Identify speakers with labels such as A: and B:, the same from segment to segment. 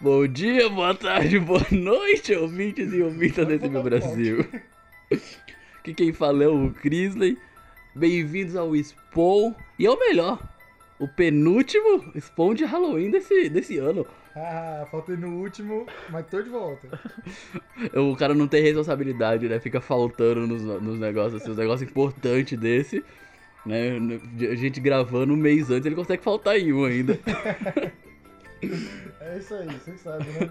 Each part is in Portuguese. A: Bom dia, boa tarde, boa noite, ouvintes e ouvintas desse meu Brasil. Aqui quem fala é o Crisley. Bem-vindos ao Spawn. E é o melhor, o penúltimo Spawn de Halloween desse, desse ano.
B: Ah, faltei no último, mas tô de volta.
A: O cara não tem responsabilidade, né? Fica faltando nos, nos negócios, assim, uns negócios importantes desse. Né? A gente gravando um mês antes, ele consegue faltar em um ainda.
B: É isso aí, vocês sabem, né?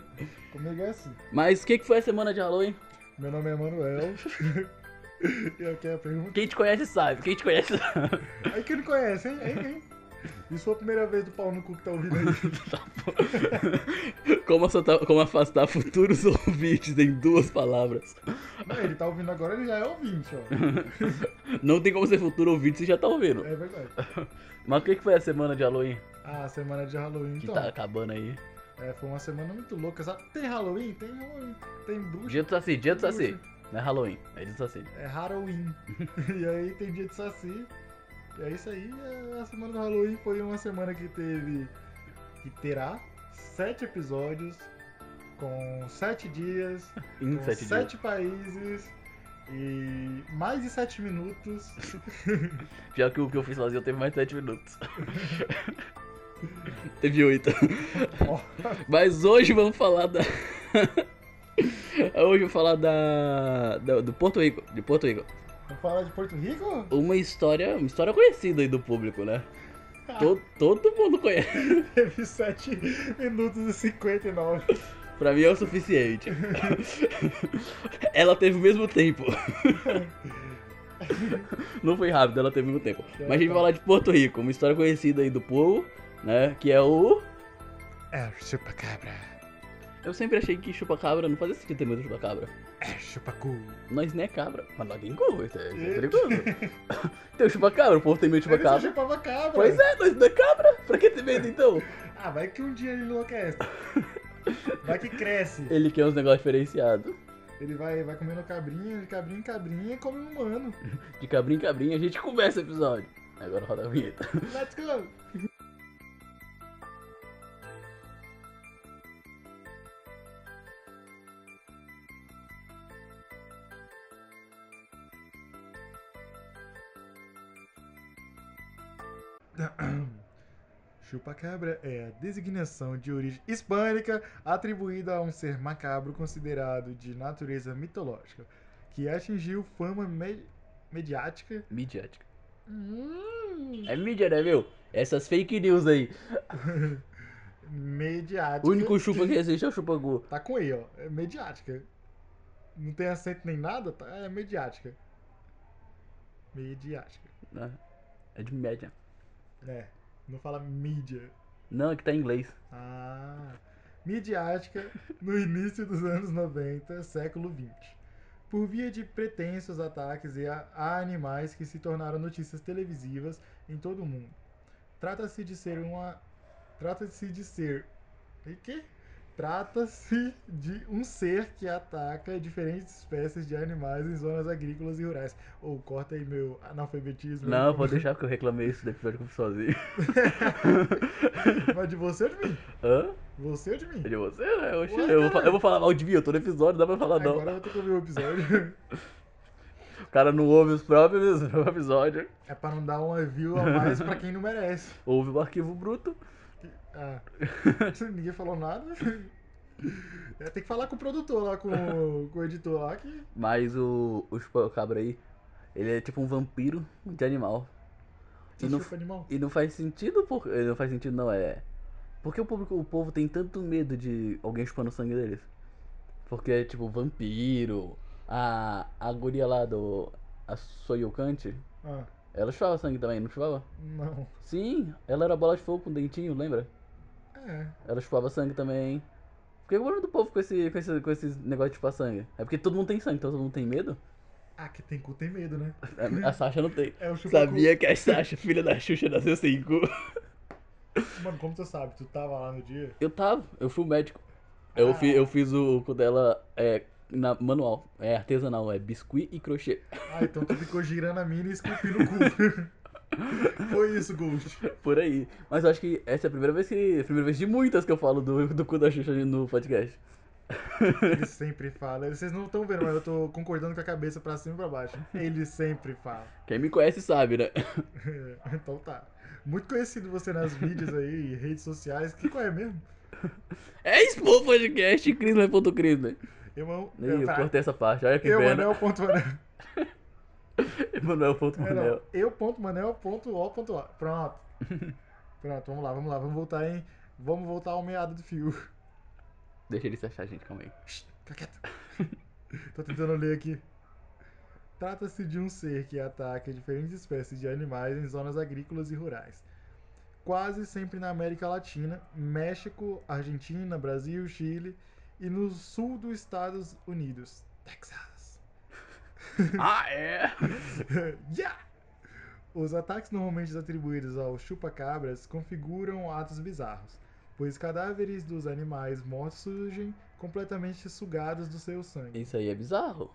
B: Comigo é assim.
A: Mas o que, que foi a semana de Halloween?
B: Meu nome é Manuel. e eu quero perguntar.
A: Quem te conhece sabe, quem te conhece sabe.
B: Aí quem não conhece, hein? Hein, hein? Isso foi a primeira vez do pau no cu que tá ouvindo aí.
A: Como afastar, como afastar futuros ouvintes em duas palavras.
B: Não, ele tá ouvindo agora, ele já é ouvinte, ó.
A: Não tem como ser futuro ouvinte se já tá ouvindo.
B: É verdade.
A: Mas o que, que foi a semana de Halloween
B: Ah, semana de Halloween,
A: que
B: então.
A: tá acabando aí?
B: É, foi uma semana muito louca, sabe? Tem Halloween? Tem Halloween. Tem bruxa.
A: Dia do Saci, dia do
B: tem
A: Saci.
B: bruxa.
A: Não é Halloween, é dia do Saci.
B: É Halloween. e aí tem dia de Saci. E é isso aí. é, A semana do Halloween foi uma semana que teve. que terá sete episódios, com sete dias,
A: Em
B: com
A: Então, sete dias.
B: sete países e mais de sete minutos.
A: Pior que o que eu fiz sozinho teve mais sete minutos. teve oito.
B: Ó,
A: Mas hoje vamos falar da. Hoje eu vou falar da, da- do Porto Rico, de Porto Rico.
B: Vamos falar de Porto Rico?
A: Uma história, uma história conhecida aí do público, né? To- todo mundo conhece.
B: Ah, Teve sete minutos e 59.
A: Pra mim é o suficiente. ela teve o mesmo tempo. Não foi rápido, ela teve o mesmo tempo. Mas a gente vai falar de Porto Rico, uma história conhecida aí do povo, né? Que é o.
B: É chupacabra.
A: Eu sempre achei que chupa-cabra não fazia sentido ter medo de chupa-cabra.
B: É chupacu.
A: Nós não é cabra, mas nós tem cu, isso é, isso é perigoso. tem o chupa-cabra, o povo tem medo de
B: Ele só
A: chupa-cabra.
B: chupava cabra.
A: Pois é, nós não é cabra, pra que ter medo então?
B: Ah, vai que um dia ele enlouquece. Vai que cresce.
A: Ele quer uns negócios diferenciados.
B: Ele vai, vai comendo cabrinha, de cabrinha em cabrinha e come um humano.
A: De cabrinha em cabrinha a gente começa o episódio. Agora roda a vinheta.
B: Let's go! Chupacabra é a designação de origem hispânica atribuída a um ser macabro considerado de natureza mitológica, que atingiu fama me- mediática.
A: Midiática.
B: Hum.
A: É mídia, né, meu? Essas fake news aí.
B: Mediática.
A: O único chupa que existe é o chupa-gu.
B: Tá com E, ó. É mediática. Não tem acento nem nada, tá? É mediática. Mediática.
A: né? É de média.
B: É. Não fala mídia.
A: Não, é que tá em inglês.
B: Ah. Midiática no início dos anos 90, século 20. Por via de pretensos ataques e a, a animais que se tornaram notícias televisivas em todo o mundo. Trata-se de ser uma. Trata-se de ser. E quê? Trata-se de um ser que ataca diferentes espécies de animais em zonas agrícolas e rurais. Ou corta aí meu analfabetismo.
A: Não, vou deixar que eu reclamei isso do episódio que eu fui sozinho.
B: Mas de você ou de mim?
A: Hã?
B: Você ou de mim?
A: É de você, né? Oxe,
B: Ué,
A: eu, vou, fa-
B: caralho.
A: eu vou falar mal de mim, eu tô no episódio, não dá pra falar não.
B: Agora eu vou ter que ouvir o episódio.
A: O cara não ouve os próprios os próprios episódios,
B: É pra não dar uma view a mais pra quem não merece.
A: ouve o arquivo bruto.
B: Ah, ninguém falou nada. É, tem que falar com o produtor lá, com, o- com o editor lá que.
A: Mas o, o chupacabra aí, ele é tipo um vampiro de animal.
B: Você
A: E não-
B: chupa animal.
A: E não faz sentido porque. Não faz sentido não, é. Por que o público, o povo tem tanto medo de alguém chupando o sangue deles? Porque é tipo vampiro, a. a guria lá do. A Soyokante,
B: Ah,
A: ela chupava sangue também, não chupava?
B: não.
A: Sim, ela era bola de fogo com dentinho, lembra?
B: É.
A: Ela chupava sangue também. Por que o problema do povo com esse, com, esse, com esse negócio de chupar sangue? É porque todo mundo tem sangue, então todo mundo tem medo?
B: Ah, que tem cu tem medo, né?
A: A, a Sasha não tem.
B: É o chupacu.
A: Sabia que a Sasha, filha da Xuxa, nasceu sem cu?
B: Mano, como tu sabe? Tu tava lá no dia?
A: Eu tava, eu fui o médico. Eu,
B: Ah.
A: fi- eu fiz o cu dela é, na, manual, é artesanal, é biscuit e crochê.
B: Ah, então tu ficou girando a mina e esculpindo o cu. Foi isso, Ghost.
A: É Por aí. Mas eu acho que essa é a primeira vez que. Primeira vez de muitas que eu falo do, do cu da Xuxa no podcast.
B: Ele sempre fala. Vocês não estão vendo, mas eu tô concordando com a cabeça pra cima e pra baixo. Ele sempre fala.
A: Quem me conhece sabe, né?
B: Então tá. Muito conhecido você nas mídias aí, redes sociais. Que qual é mesmo?
A: É Expo Podcast, é Crisley.crisley.
B: Irmão.
A: né? Ih, eu
B: pá,
A: cortei essa parte, olha que
B: Tá. eu,
A: pena.
B: Manel, ponto Manel.
A: Emanuel ponto
B: É, não.
A: Manel.
B: Eu, ponto Manel, ponto O, ponto A. Pronto. Pronto, vamos lá, vamos lá. Vamos voltar, hein? Vamos voltar ao meado do fio.
A: Deixa ele se achar, gente, calma aí.
B: Fica quieto. Tô tentando ler aqui. Trata-se de um ser que ataca diferentes espécies de animais em zonas agrícolas e rurais. Quase sempre na América Latina, México, Argentina, Brasil, Chile e no sul dos Estados Unidos, Texas.
A: Ah, é?
B: yeah! Os ataques normalmente atribuídos aos chupacabras configuram atos bizarros, pois cadáveres dos animais mortos surgem completamente sugados do seu sangue.
A: Isso aí é bizarro.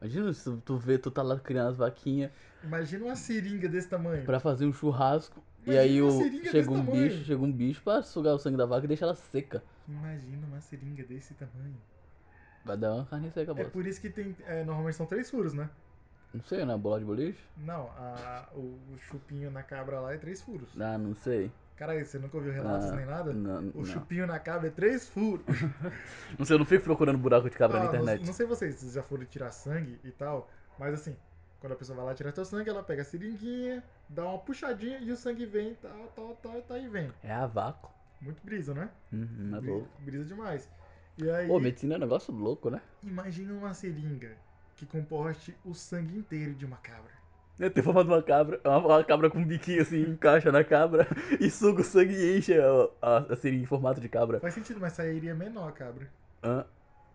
A: Imagina se tu- tu vê, tu tá lá criando as vaquinhas
B: Imagina uma seringa desse tamanho.
A: pra fazer um churrasco. e
B: Imagina
A: aí
B: uma
A: o-
B: seringa
A: chega
B: desse
A: um
B: tamanho.
A: bicho, chega um bicho pra sugar o sangue da vaca e deixar ela seca.
B: Imagina uma seringa desse tamanho.
A: Vai dar uma carne seca,
B: É
A: bosta.
B: por isso que tem. é, normalmente são três furos, né?
A: Não sei, né? Bola de boliche?
B: Não, a- o, o chupinho na cabra lá é três furos.
A: Ah, não sei.
B: Caralho, você nunca ouviu relatos
A: Ah,
B: nem nada?
A: Não,
B: O
A: não.
B: chupinho na cabra é três furos.
A: Não sei, eu não fico procurando buraco de cabra
B: Ah,
A: Tá na
B: não-
A: internet.
B: Não, sei vocês, vocês já foram tirar sangue e tal, mas assim, quando a pessoa vai lá tirar seu sangue, ela pega a seringuinha, dá uma puxadinha e o sangue vem, tá, tal, tal, tal, e tal, e vem.
A: É a vácuo.
B: Muito brisa, né?
A: Uhum, é
B: brisa,
A: louco.
B: brisa demais. E aí.
A: Pô, medicina é um negócio louco, né?
B: Imagina uma seringa que comporte o sangue inteiro de uma cabra.
A: Eu tenho forma de uma cabra, uma, uma cabra com um biquinho assim, encaixa na cabra e suga o sangue e enche a, a, a seringa em formato de cabra.
B: Faz sentido, mas sairia menor a cabra.
A: Hã?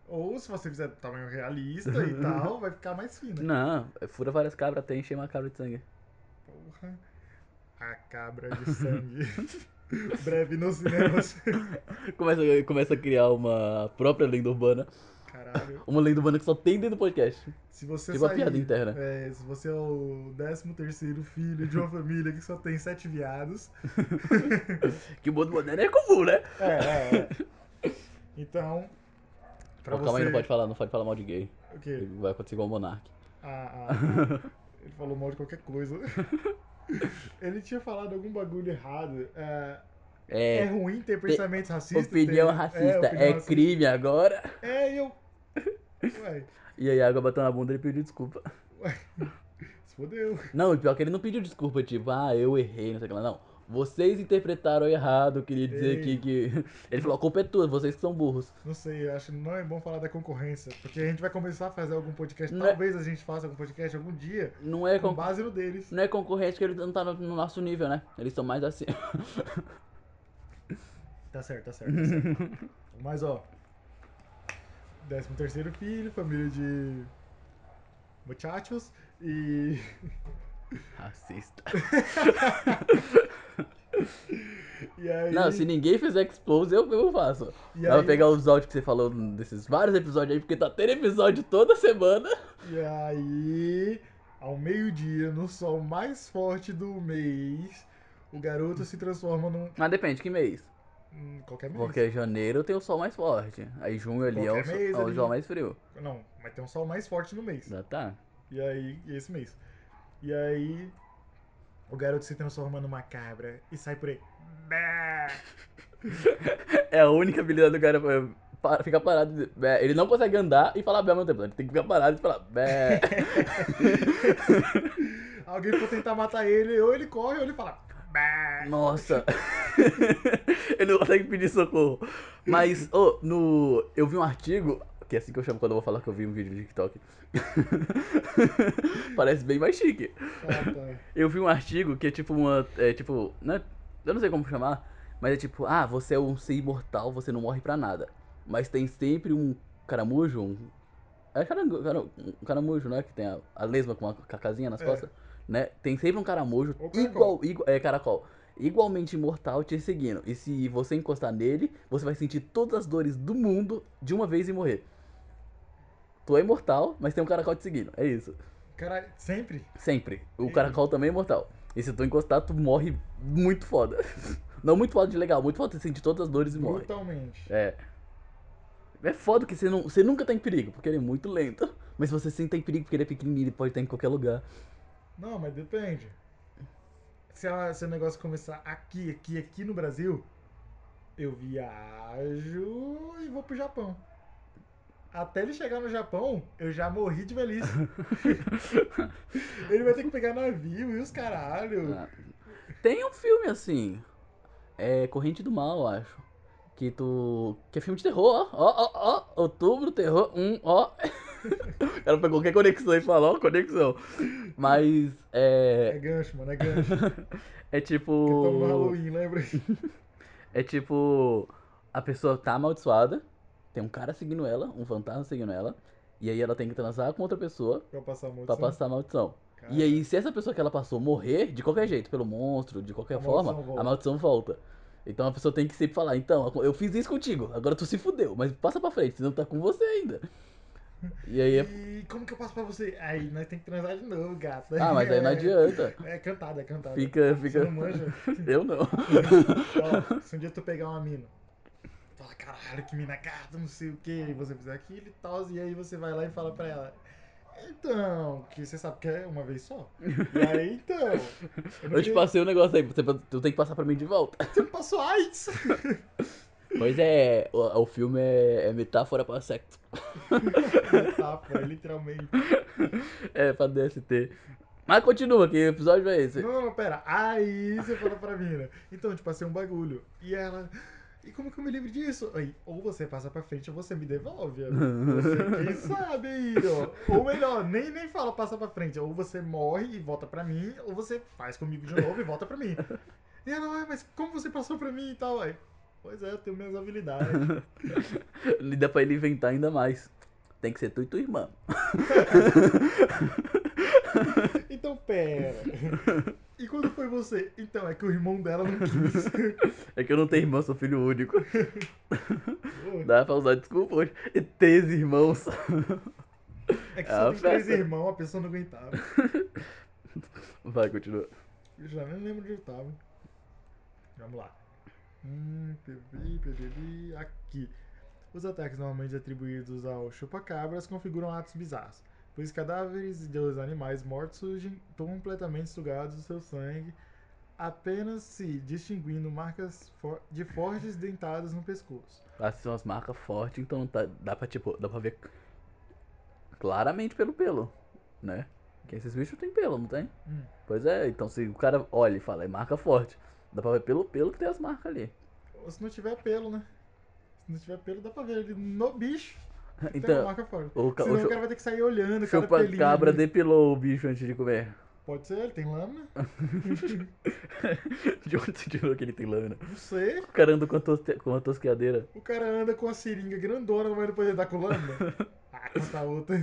B: Ou se você fizer tamanho realista e tal, vai ficar mais fina.
A: Não, fura várias cabras até encher uma cabra de sangue.
B: Porra. A cabra de sangue. Breve nos cinemas.
A: Começa, começa a criar uma própria lenda urbana.
B: Caralho.
A: Uma lenda urbana que só tem dentro do podcast.
B: Se você
A: Tipo a
B: sair-
A: piada interna.
B: É, se você é o 13 terceiro filho de uma família que só tem sete viados.
A: Que o mundo moderno é comum, né?
B: É, é, é. Então. Pra
A: Pô, Calma aí, não
B: você.
A: pode falar, não pode falar mal de gay.
B: O quê?
A: Vai acontecer igual o Monark.
B: Ah, ah. Ele falou mal de qualquer coisa. Ele tinha falado algum bagulho errado. É, é
A: É.
B: ruim ter pensamentos racistas?
A: Opinião
B: ter-
A: racista
B: opinião
A: é crime agora.
B: É, eu. Ué,
A: E aí a água bateu na bunda e ele pediu desculpa.
B: se fodeu.
A: Não, e pior que ele não pediu desculpa, tipo, ah, eu errei, não sei o que lá. Não, vocês interpretaram errado, eu queria dizer aqui
B: Ei.
A: que... Ele falou, a culpa é tua, vocês que são burros.
B: Não sei, eu acho que não é bom falar da concorrência. Porque a gente vai começar a fazer algum podcast.
A: Não é-
B: Talvez a gente faça algum podcast algum dia.
A: Não é,
B: Com
A: con...
B: base no deles.
A: não é concorrente que ele não tá no, no nosso nível, né? Eles são mais assim.
B: Tá certo, tá certo, tá certo. Mas ó. 13 terceiro filho, família de. Muchachos. E.
A: Racista.
B: E aí.
A: Não, se ninguém fizer expose, eu, eu faço.
B: e
A: Aí eu
B: aí-
A: vou pegar os áudios que você falou desses vários episódios aí, porque tá tendo episódio toda semana.
B: E aí, ao meio-dia, no sol mais forte do mês, o garoto se transforma num.
A: Mas depende, que mês?
B: hum, qualquer mês.
A: Porque janeiro tem o sol mais forte. Aí junho ali é o,
B: Qualquer
A: sol-
B: mês
A: é o
B: ali.
A: sol mais frio.
B: Não, mas tem um sol mais forte no mês.
A: Já tá.
B: E aí, e esse mês. E aí, o garoto se transforma numa cabra e sai por aí. Bé!
A: É a única habilidade do cara foi pa- ficar parado. e dizer, "Bé". Ele não consegue andar e falar bé ao mesmo tempo. Ele tem que ficar parado e falar bé.
B: Alguém for tentar matar ele, ou ele corre ou ele fala. Bé!
A: Nossa. ele não consegue pedir socorro. Mas, ô, no... eu vi um artigo, que é assim que eu chamo quando eu vou falar que eu vi um vídeo de TikTok. Parece bem mais chique.
B: Ah, tá.
A: Eu vi um artigo que é tipo uma. É tipo. Né, eu não sei como chamar, mas é tipo, ah, você é um ser imortal, você não morre pra nada. Mas tem sempre um caramujo, um. É carangu, caram- um caramujo, né? Que tem a, a lesma com a, com a casinha nas
B: É.
A: costas. Né? Tem sempre um caramujo
B: Ou caracol.
A: igual, igual. É, caracol. Igualmente imortal te seguindo. E se você encostar nele, você vai sentir todas as dores do mundo de uma vez e morrer. Tu é imortal, mas tem um caracol te seguindo. É isso.
B: Caralho, sempre?
A: Sempre. O
B: Ih.
A: caracol também é imortal. E se tu encostar, tu morre muito foda. Não muito foda de legal, muito foda de sentir todas as dores e morre.
B: Brutalmente.
A: É. É foda que você, não, você nunca tá em perigo, porque ele é muito lento. Mas você sempre tá em perigo porque ele é pequenininho, ele pode estar em qualquer lugar.
B: Não, mas depende. Se, ela, se o negócio começar aqui, aqui, aqui no Brasil, eu viajo e vou pro Japão. Até ele chegar no Japão, eu já morri de velhice. ele vai ter que pegar navio e os caralho.
A: Ah, Tem um filme assim. É Corrente do Mal, eu acho. Que tu. Que é filme de terror, ó. Ó, ó, ó. Outubro, terror, um, ó. Ela pegou qualquer conexão e falou, ó, conexão. Mas é.
B: É gancho, mano, é gancho.
A: É
B: Que tamo no
A: tipo.
B: Halloween, lembra?
A: É tipo. A pessoa tá amaldiçoada. Tem um cara seguindo ela, um fantasma seguindo ela. E aí ela tem que transar com outra pessoa
B: Pra passar muito.
A: pra passar a maldição. E aí, se essa pessoa que ela passou morrer, de qualquer jeito, pelo monstro, de qualquer
B: A
A: forma,
B: maldição volta.
A: a maldição volta. Então a pessoa tem que sempre falar, então, eu fiz isso contigo, agora tu se fudeu, mas passa pra frente, senão tá com você ainda. E aí é.
B: E como que eu passo pra você? Aí nós temos que transar de novo, gato.
A: Ah, mas aí não
B: É-
A: adianta.
B: É cantada, é cantada.
A: Fica,
B: Você
A: fica.
B: não manja?
A: Eu não.
B: Ó, se um dia tu pegar uma mina, fala, caralho, que mina gata, não sei o que, e você fizer aquilo e tal, e aí você vai lá e fala pra ela, então, que você sabe que é uma vez só? E aí, então, eu não
A: Eu te
B: queria-
A: passei o negócio aí, você, tu tem que passar pra mim de volta.
B: você me passou AIDS.
A: Pois é, o, o filme é, é metáfora pra sexo.
B: tá, pô, literalmente.
A: É, pra DST. Mas continua, que episódio é esse?
B: Não, não, não, pera, aí você fala pra mina, então, eu te passei um bagulho, e ela... E como que eu me livro disso? Aí, ou você passa pra frente ou você me devolve. Você, quem sabe aí, ó. Ou melhor, nem, nem fala passa pra frente. Ou você morre e volta pra mim, ou você faz comigo de novo e volta pra mim. E ela, "Ué, mas como você passou pra mim e tal? Aí, pois é, eu tenho minhas habilidades.
A: E Dá pra ele inventar ainda mais. Tem que ser tu e tua irmã.
B: Então, pera. E quando foi você? Então, é que o irmão dela não quis.
A: É que eu não tenho irmão, sou filho único.
B: Pô,
A: Dá pra usar desculpa hoje. E três irmãos.
B: É que
A: É uma
B: só tem três
A: festa.
B: irmãos, a pessoa não aguentava.
A: Vai, continua.
B: Eu já nem lembro onde eu tava. Vamos lá. Hum, PV, PVB, aqui. Os ataques normalmente atribuídos ao chupacabras configuram atos bizarros, pois cadáveres dos animais mortos surgem completamente sugados do seu sangue, apenas se distinguindo marcas for- de fortes dentadas no pescoço.
A: Essas são as marcas fortes, então tá- dá pra, tipo, dá pra ver claramente pelo pelo, né? Porque esses bichos tem pelo, não tem?
B: Hum.
A: Pois é, então se o cara olha e fala, é marca forte, dá pra ver pelo pelo que tem as marcas ali.
B: Ou se não tiver pelo, né? Se não tiver pelo, dá pra ver ele no bicho. que tem uma
A: Então,
B: marca forte.
A: o, ca-
B: Senão
A: o,
B: o
A: chu-
B: cara vai ter que sair olhando, cada pelinho. né?
A: chupa-cabra
B: ali.
A: depilou o bicho antes de comer.
B: Pode ser, ele tem lâmina.
A: De onde você tirou que ele tem lâmina?
B: Não sei.
A: O cara anda com a, toste- com a tosqueadeira.
B: O cara anda com a seringa grandona, mas depois ele dá com lâmina. Ah, conta a outra.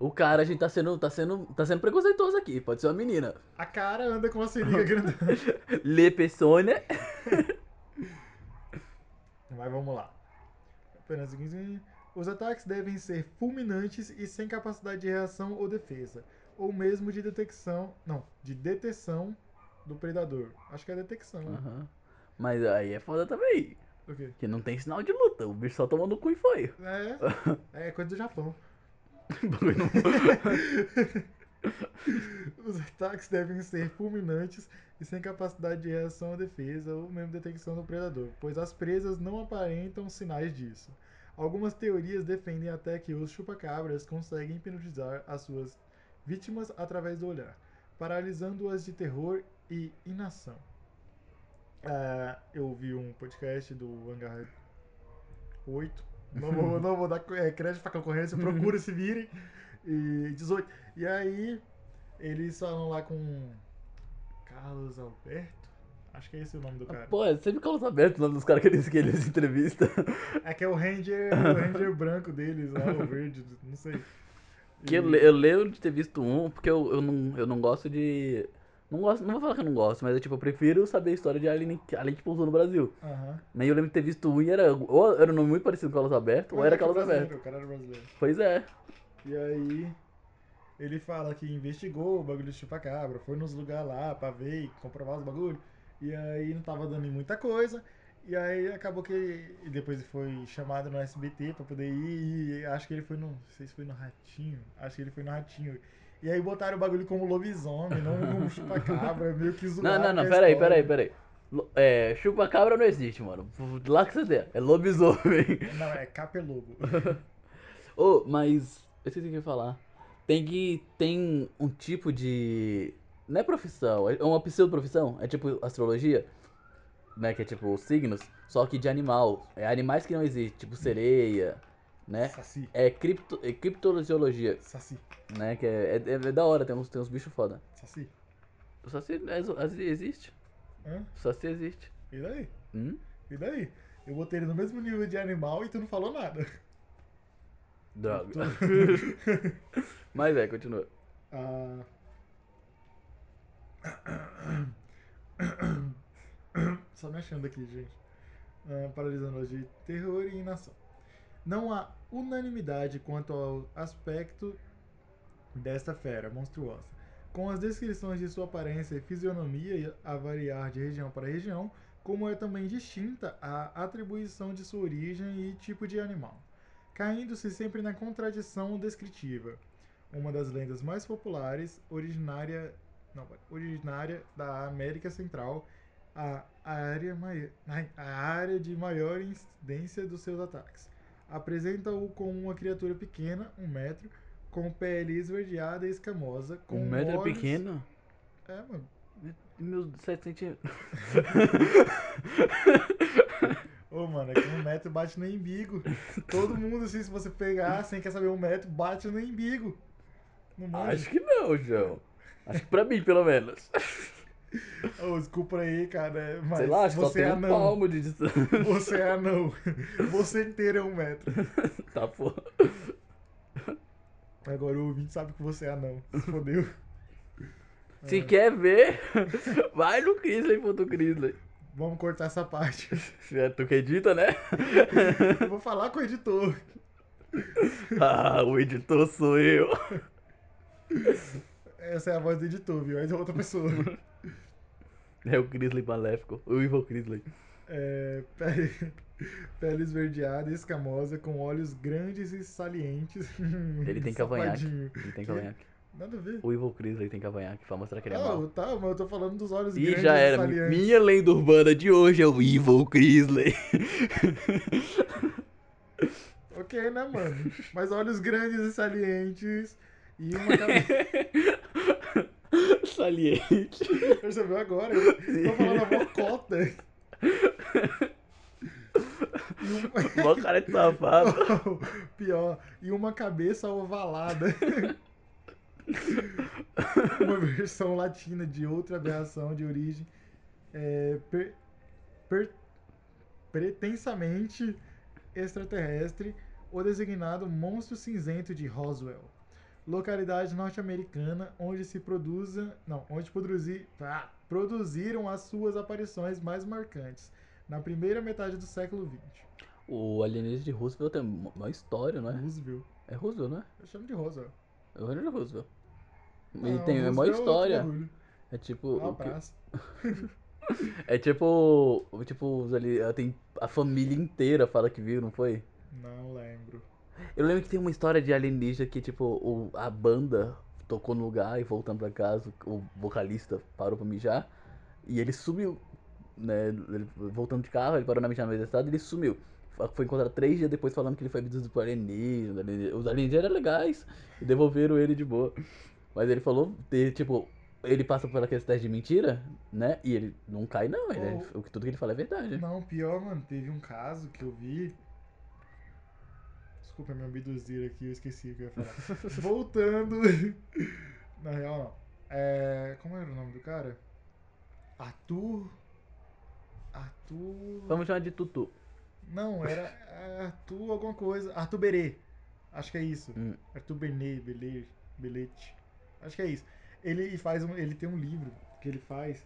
A: O cara, a gente tá sendo, tá sendo, tá sendo preconceituoso aqui, pode ser uma menina.
B: A cara anda com a seringa grandona.
A: Le persone.
B: Mas vamos lá. Apenas um segundo. Os ataques devem ser fulminantes e sem capacidade de reação ou defesa. Ou mesmo de detecção. Não, de deteção do predador. Acho que é detecção, né?
A: Aham. Mas aí é foda também,
B: O quê?
A: que não tem sinal de luta, o bicho só tomou no cu e foi.
B: É, é coisa do Japão.
A: Bagulho não-
B: Os ataques devem ser fulminantes e sem capacidade de reação ou defesa ou mesmo detecção do predador, pois as presas não aparentam sinais disso. Algumas teorias defendem até que os chupacabras conseguem hipnotizar as suas vítimas através do olhar, paralisando-as de terror e inação. Ah, eu ouvi um podcast do Hangar 8. Não vou, não vou dar eh, crédito pra concorrência, procura se virem. E 18. E aí, eles falam lá com Carlos Alberto? Acho que é esse o nome do cara.
A: Pô, é sempre Carlos Alberto o nome dos caras que eles, que eles entrevistam.
B: É que é o Ranger, o Ranger branco deles lá, o verde, não sei.
A: Que eu,
B: E-
A: le- eu lembro de ter visto um, porque eu, eu, não, eu não gosto de. Não, gosto, não vou falar que eu não gosto, mas eu, tipo, eu prefiro saber a história de Alien, que- Alien que pousou no Brasil.
B: Aham.
A: Mas eu lembro de ter visto um e era. Ou era um nome muito parecido com Carlos Alberto, ou
B: Mas
A: era
B: é que é
A: Carlos
B: brasileiro,
A: Alberto.
B: O cara era brasileiro.
A: Pois é.
B: E aí, Ele fala que investigou o bagulho de chupacabra, foi nos lugares lá pra ver e comprovar os bagulhos. E aí não tava dando em muita coisa. E aí acabou que ele, e depois ele foi chamado no SBT pra poder ir. E acho que ele foi no. Não sei se foi no Ratinho. Acho que ele foi no Ratinho. E aí botaram o bagulho como lobisomem, não como chupacabra, meio que
A: Não,
B: zoado.
A: não, não, peraí, peraí, peraí. Lo- É, chupa-cabra não existe, mano. Lá que você der. É lobisomem.
B: Não, é capelobo.
A: Ô, mas. Eu esqueci o que eu ia falar. Tem que. Tem um tipo de. Não é profissão, é uma pseudo-profissão. É tipo astrologia, né? Que é tipo signos, só que de animal. É animais que não existem, tipo sereia, né?
B: Saci.
A: É, cripto, é criptozoologia,
B: Saci.
A: né? Que é, é, é da hora, tem uns, tem uns bichos foda.
B: Saci.
A: O Saci é zo- as- existe.
B: Hã?
A: O Saci existe.
B: E daí?
A: Hum?
B: E daí? Eu botei ele no mesmo nível de animal e tu não falou nada.
A: Droga. Mas é, continua.
B: Ah. Só me achando aqui, gente. Ah, paralisando hoje terror e inação. Não há unanimidade quanto ao aspecto desta fera monstruosa. Com as descrições de sua aparência e fisionomia a variar de região para região, como é também distinta a atribuição de sua origem e tipo de animal, caindo-se sempre na contradição descritiva uma das lendas mais populares, originária, não, pera, originária da América Central, a, a área, mai- ai, a área de maior incidência dos seus ataques. Apresenta-o como uma criatura pequena, um metro, com pele esverdeada e escamosa, com
A: Um metro é
B: olhos...
A: pequeno.
B: É, mano.
A: Meus 7 centímetros.
B: Ô, mano, é que um metro bate no embigo. Todo mundo, assim, se você pegar, sem quer saber um metro, bate no embigo. Não manja.
A: Acho que não, João. Acho que pra mim, pelo menos.
B: Ô, desculpa aí, cara. é, Mas
A: Sei lá, acho que só
B: você
A: tem
B: é
A: um
B: anão.
A: palmo de distância.
B: Você é anão. Você inteiro é um metro.
A: Tá, pô.
B: Agora o ouvinte sabe que você é anão. Se fodeu.
A: Se quer ver, vai no Crisley, ponto Crisley.
B: Vamos cortar essa parte.
A: É, tu que edita, né?
B: Eu vou falar com o editor.
A: Ah, o editor sou eu.
B: Essa é a voz do editor, viu? Essa é outra pessoa.
A: É o Crisley maléfico, o Evil Crisley.
B: É, pele, pele esverdeada e escamosa, com olhos grandes e salientes.
A: Ele tem cavanhaque.
B: Safadinho.
A: Ele tem cavanhaque.
B: Nada a ver.
A: O Evil Crisley tem cavanhaque, pra mostrar que ele é
B: Ah,
A: mau.
B: tá, mas eu tô falando dos olhos
A: E
B: grandes
A: já
B: e
A: era.
B: salientes.
A: Minha lenda urbana de hoje é o Evil Crisley.
B: Ok, né, mano? Mas olhos grandes e salientes. E uma cabeça.
A: Saliente.
B: Percebeu agora? Eu tô falando a mocota. E
A: Mó cara de safado.
B: um- Pior. E uma cabeça ovalada. uma versão latina de outra aberração de origem. é, per- per- pretensamente extraterrestre, o designado monstro cinzento de Roswell. Localidade norte-americana onde se produza. Não, onde produzi, ah, produziram as suas aparições mais marcantes na primeira metade do século XX.
A: O alienígena de Roosevelt é uma história, não é?
B: Roosevelt.
A: É Roosevelt, não é?
B: Eu chamo de Rosa.
A: É o alienígena de Roosevelt. Ele
B: Ah,
A: tem, é
B: Roosevelt
A: uma
B: outro
A: história.
B: bagulho.
A: É
B: É
A: tipo.
B: uma
A: o que-
B: praça.
A: É tipo. o- Tipo, os ali. ela Tem a família inteira fala que viu, não foi?
B: Não lembro.
A: Eu lembro que tem uma história de alienígena que, tipo, o, a banda tocou no lugar e voltando pra casa, o vocalista parou pra mijar. E ele sumiu. Né? Ele- voltando de carro, ele parou na mijar na mesa da estrada e ele sumiu. Fa- Foi encontrado três dias depois falando que ele foi abduzido por alienígena. alienígena. Os alienígenas eram legais e devolveram ele de boa. Mas ele falou, e, tipo, ele passa por aqueles testes de mentira, né? E ele não cai, não. Ele, é-
B: Oh.
A: o que tudo que ele fala é verdade.
B: Não, pior, mano, teve um caso que eu vi. Desculpa me abduzir aqui, eu esqueci o que eu ia falar. Voltando. Na real, não. É, Como era o nome do cara? Arthur. Arthur.
A: Vamos chamar de Tutu.
B: Não, era é, Arthur alguma coisa. Arthur Berê. Acho que é isso.
A: Hum.
B: Arthur Berê, Belê, Belete. Acho que é isso. Ele faz um, ele tem um livro que ele faz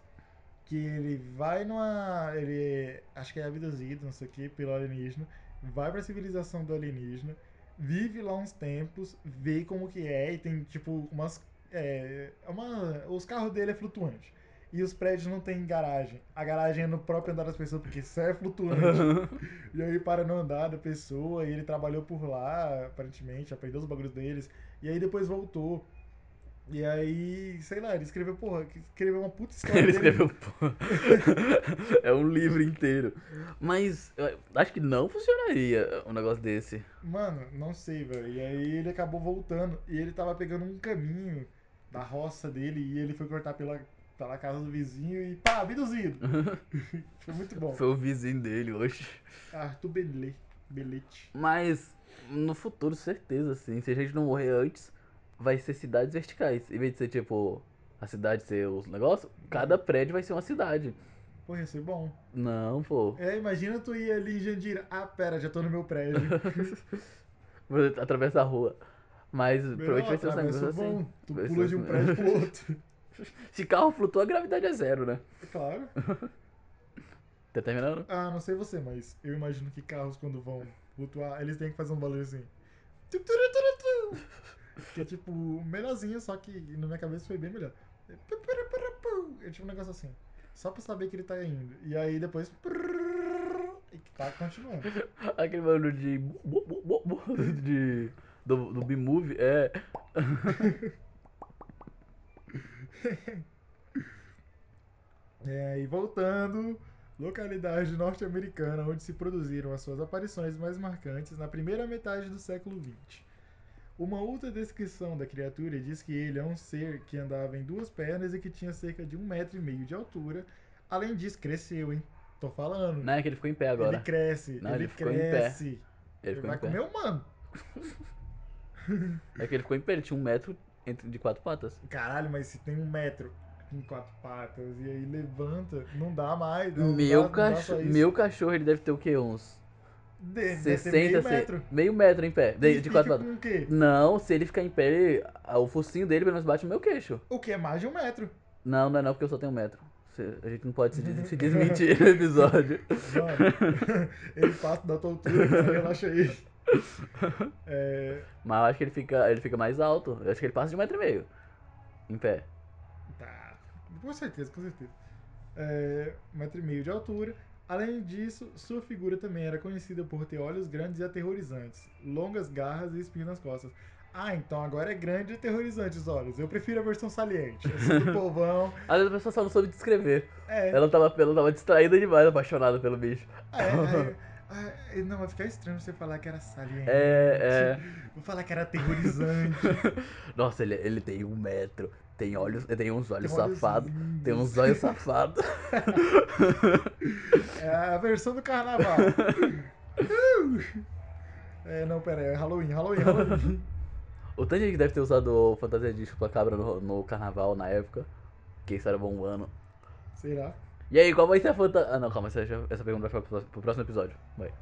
B: que ele vai numa, ele acho que é abduzido, não sei o que, pelo alienígena, vai pra civilização do alienígena. vive lá uns tempos, vê como que é e tem tipo umas. É, uma, os carros dele é flutuante. E os prédios não tem garagem. A garagem é no próprio andar das pessoas, porque isso é flutuante. e aí para no andar da pessoa, e ele trabalhou por lá, aparentemente, aprendeu os bagulhos deles. E aí depois voltou. E aí, sei lá, ele escreveu, porra, que- escreveu uma puta história.
A: Ele
B: dele.
A: escreveu. pô, é um livro inteiro. Mas eu acho que não funcionaria um negócio desse.
B: Mano, não sei, velho. E aí ele acabou voltando. E ele tava pegando um caminho da roça dele e ele foi cortar pela, pela casa do vizinho e pá, abduzido. foi muito bom.
A: Foi o vizinho dele hoje.
B: Arthur Belê. Belete.
A: Mas no futuro, certeza, assim, se a gente não morrer antes, vai ser cidades verticais. Em vez de ser tipo a cidade ser os negócios, cada prédio vai ser uma cidade.
B: Porra, ia ser bom.
A: Não, pô.
B: É, imagina tu ir ali em Jandira. Ah, pera, já tô no meu prédio.
A: Você atravessa a rua. Mas provavelmente vai ser um
B: atravessa
A: negócio
B: o
A: assim.
B: vão. Tu
A: Vai ser
B: pula de um
A: assim.
B: prédio pro outro.
A: Se carro flutua, a gravidade é zero, né?
B: É Claro.
A: Tá terminando?
B: Ah, não sei você, mas eu imagino que carros quando vão flutuar, eles têm que fazer um barulho assim. Que é tipo, melhorzinho, só que na minha cabeça foi bem melhor. É tipo um negócio assim. Só pra saber que ele tá indo. E aí depois. E que tá continuando.
A: Aquele barulho de. bu- bu- bu- bu- de do, do B-Movie é.
B: É, e voltando, localidade norte-americana onde se produziram as suas aparições mais marcantes na primeira metade do século XX. Uma outra descrição da criatura diz que ele é um ser que andava em duas pernas e que tinha cerca de um metro e meio de altura. Além disso, cresceu, hein? Tô falando.
A: Né? Que ele ficou em pé agora.
B: Ele cresce,
A: Não,
B: ele,
A: ele ficou em pé.
B: cresce.
A: Ele
B: Ele
A: ficou
B: vai
A: em pé.
B: comer humano.
A: É que ele ficou em pé, ele tinha um metro entre, de quatro patas.
B: Caralho, mas se tem um metro em quatro patas e aí levanta, não dá mais. Não
A: meu,
B: dá, não dá só
A: cachorro,
B: isso.
A: meu cachorro, ele deve ter o quê? Uns
B: Deve ter
A: 60,
B: meio
A: se-
B: metro.
A: meio metro em pé, de,
B: E
A: de quatro
B: fica
A: patas.
B: com o quê?
A: Não, se ele ficar em pé, ele- ah, o focinho dele pelo menos bate no meu queixo.
B: O que é mais de um metro.
A: Não, não é não, porque eu só tenho um metro. Se- A gente não pode se, des- se desmentir no episódio.
B: Mano, ele passa da tua altura, cara, relaxa aí.
A: Mas eu acho que ele fica, ele fica mais alto. Eu acho que ele passa de um metro e meio. Em pé.
B: Tá. Com certeza, com certeza. É, um metro e meio de altura. Além disso, sua figura também era conhecida por ter olhos grandes e aterrorizantes, longas garras e espinhos nas costas. Ah, então agora é grande e aterrorizante os olhos. Eu prefiro a versão saliente. Essa do povão.
A: Às vezes a pessoa só não soube descrever.
B: É,
A: Ela tava, ela tava distraída demais, apaixonada pelo bicho.
B: é, é. Ah, não, vai ficar estranho você falar que era saliente.
A: É,
B: Vou falar que era aterrorizante.
A: é. Nossa, ele, ele tem um metro. Tem olhos, tem uns olhos
B: Tem olhos
A: safados.
B: lindos.
A: Tem uns olhos safados.
B: É a versão do carnaval. Uh! é, não, pera, é Halloween, Halloween, Halloween.
A: O tanto de gente que deve ter usado o fantasia de chupacabra no, no carnaval na época. Que isso era bombando.
B: Sei lá.
A: E aí, qual vai ser a fantasia. Ah, não, calma, essa, essa pergunta vai ficar pro próximo- pro próximo episódio. Vai.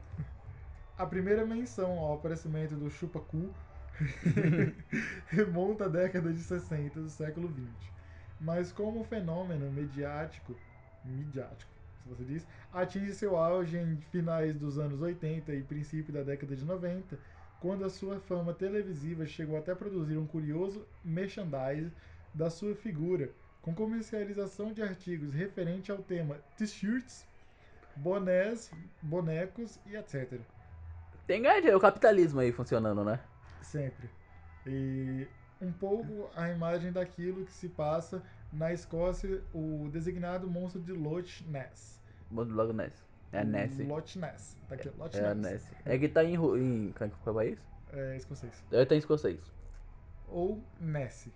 B: A primeira menção ao aparecimento do chupacu remonta à década de 60 do século 20. Mas como o fenômeno mediático, midiático, se você diz, atinge seu auge em finais dos anos 80 e princípio da década de 90, quando a sua fama televisiva chegou até a produzir um curioso merchandise da sua figura, com comercialização de artigos referente ao tema t-shirts, bonés, bonecos e etc.
A: Tem grande, é o capitalismo aí funcionando, né?
B: Sempre. E um pouco a imagem daquilo que se passa na Escócia, o designado monstro de Loch Ness.
A: Manda logo Ness. É a Ness.
B: Loch Ness. Tá aqui, Loch
A: É a
B: Ness.
A: Ness. É que tá em. ru- em qual é que- qual é o país?
B: É escocês.
A: Ele tá em escocês.
B: Ou Ness.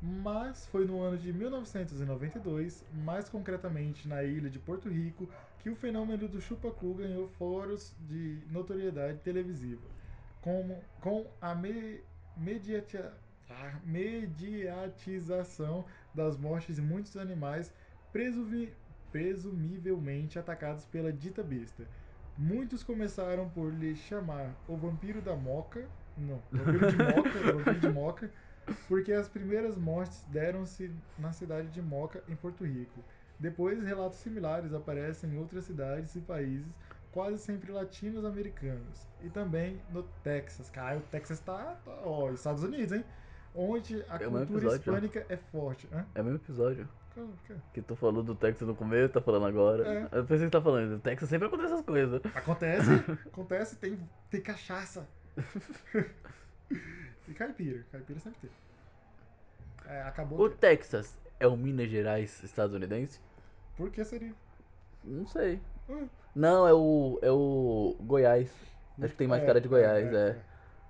B: Mas foi no ano de 1992, mais concretamente na ilha de Porto Rico, que o fenômeno do Chupacu ganhou foros de notoriedade televisiva. Como, com a me, mediatia- a mediatização das mortes de muitos animais presumi- presumivelmente atacados pela dita besta. Muitos começaram por lhe chamar o vampiro da moca. Não, vampiro de moca, vampiro de moca. Porque as primeiras mortes deram-se na cidade de Moca, em Porto Rico. Depois, relatos similares aparecem em outras cidades e países, quase sempre latinos-americanos, e também no Texas. Cara, o Texas tá, tá ó, Estados Unidos, hein? Onde a
A: É o mesmo episódio,
B: cultura hispânica é forte. Hã?
A: É o mesmo episódio.
B: Calma, calma.
A: Que tu falou do Texas no começo, tá falando agora.
B: É.
A: Eu pensei que tá falando, do Texas sempre acontece essas coisas.
B: Acontece, acontece, tem, tem cachaça. e caipira, caipira sempre teve. É, acabou.
A: O
B: tendo.
A: Texas é o Minas Gerais estadunidense?
B: Por que seria?
A: Não sei.
B: Hum.
A: Não, é o. é o Goiás. Acho que tem mais
B: É,
A: cara de
B: é,
A: Goiás, é.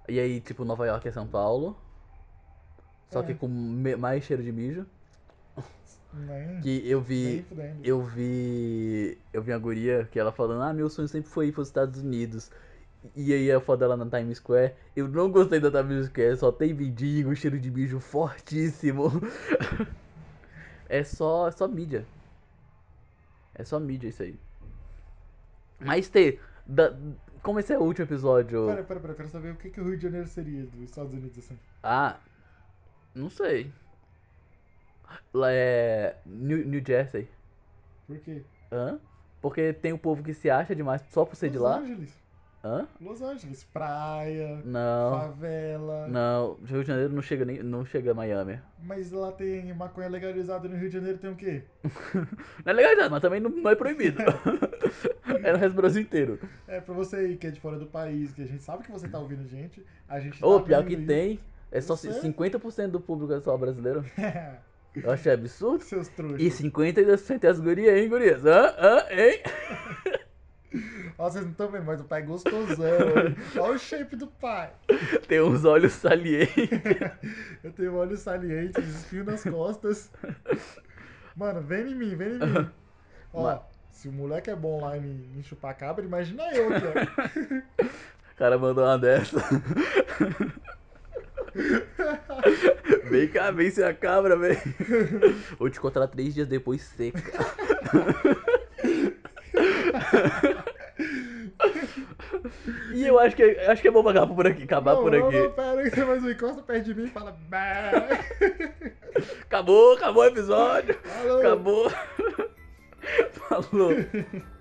A: E aí, tipo, Nova York é São Paulo. Só que
B: É.
A: com me- mais cheiro de mijo.
B: Nem,
A: é. Que eu
B: nem
A: vi.
B: fudendo.
A: Eu vi. Eu vi a guria que ela falando, ah, meu sonho sempre foi ir pros Estados Unidos. E aí a foto dela na Times Square. Eu não gostei da Times Square, só tem mendigo, cheiro de mijo fortíssimo. é só. É só mídia. É só mídia isso aí. Mas T, da, como esse é o último episódio.
B: Pera, pera, pera, eu quero saber o que, que o Rio de Janeiro seria dos Estados Unidos assim.
A: Ah, não sei. Lá é. New, New Jersey.
B: Por quê?
A: Hã? Porque tem o povo que se acha demais só por ser de lá.
B: Los Angeles.
A: Hã?
B: Los Angeles. Praia,
A: Não.
B: favela.
A: Não, Rio de Janeiro não chega nem. não chega a Miami.
B: Mas lá tem maconha legalizada no Rio de Janeiro, tem o quê?
A: Não é legalizado, mas também não, não é proibido. é no resto do Brasil inteiro.
B: É pra você aí que é de fora do país, que a gente sabe que você tá ouvindo a gente. A gente
A: Ô,
B: tá
A: pior que
B: vendo
A: tem. É só
B: Eu sei.
A: 50% do público é só brasileiro.
B: isso.
A: Eu achei absurdo.
B: Seus
A: E
B: trouxas.
A: 52% é as gurias, hein, gurias? Hã? Hã? Hein?
B: Ó, vocês não estão vendo, mas o pai é gostosão. hein? Olha o shape do pai.
A: Tem uns olhos salientes.
B: Eu tenho olhos salientes, espinho nas costas. Mano, vem em mim, vem em mim. Ó,
A: Mas-
B: se o moleque é bom lá em, em chupar cabra, imagina eu aqui, ó.
A: O cara mandou uma dessa. Vem cá, vem ser a cabra, vem. Vou te encontrar três dias depois seca. e eu acho que, acho que é bom pagar por aqui, acabar
B: Não,
A: por
B: não,
A: aqui.
B: Não, pera aí, mas o encosta perto de mim e fala. "Bé".
A: Acabou, acabou o episódio.
B: Alô.
A: Acabou. Falou.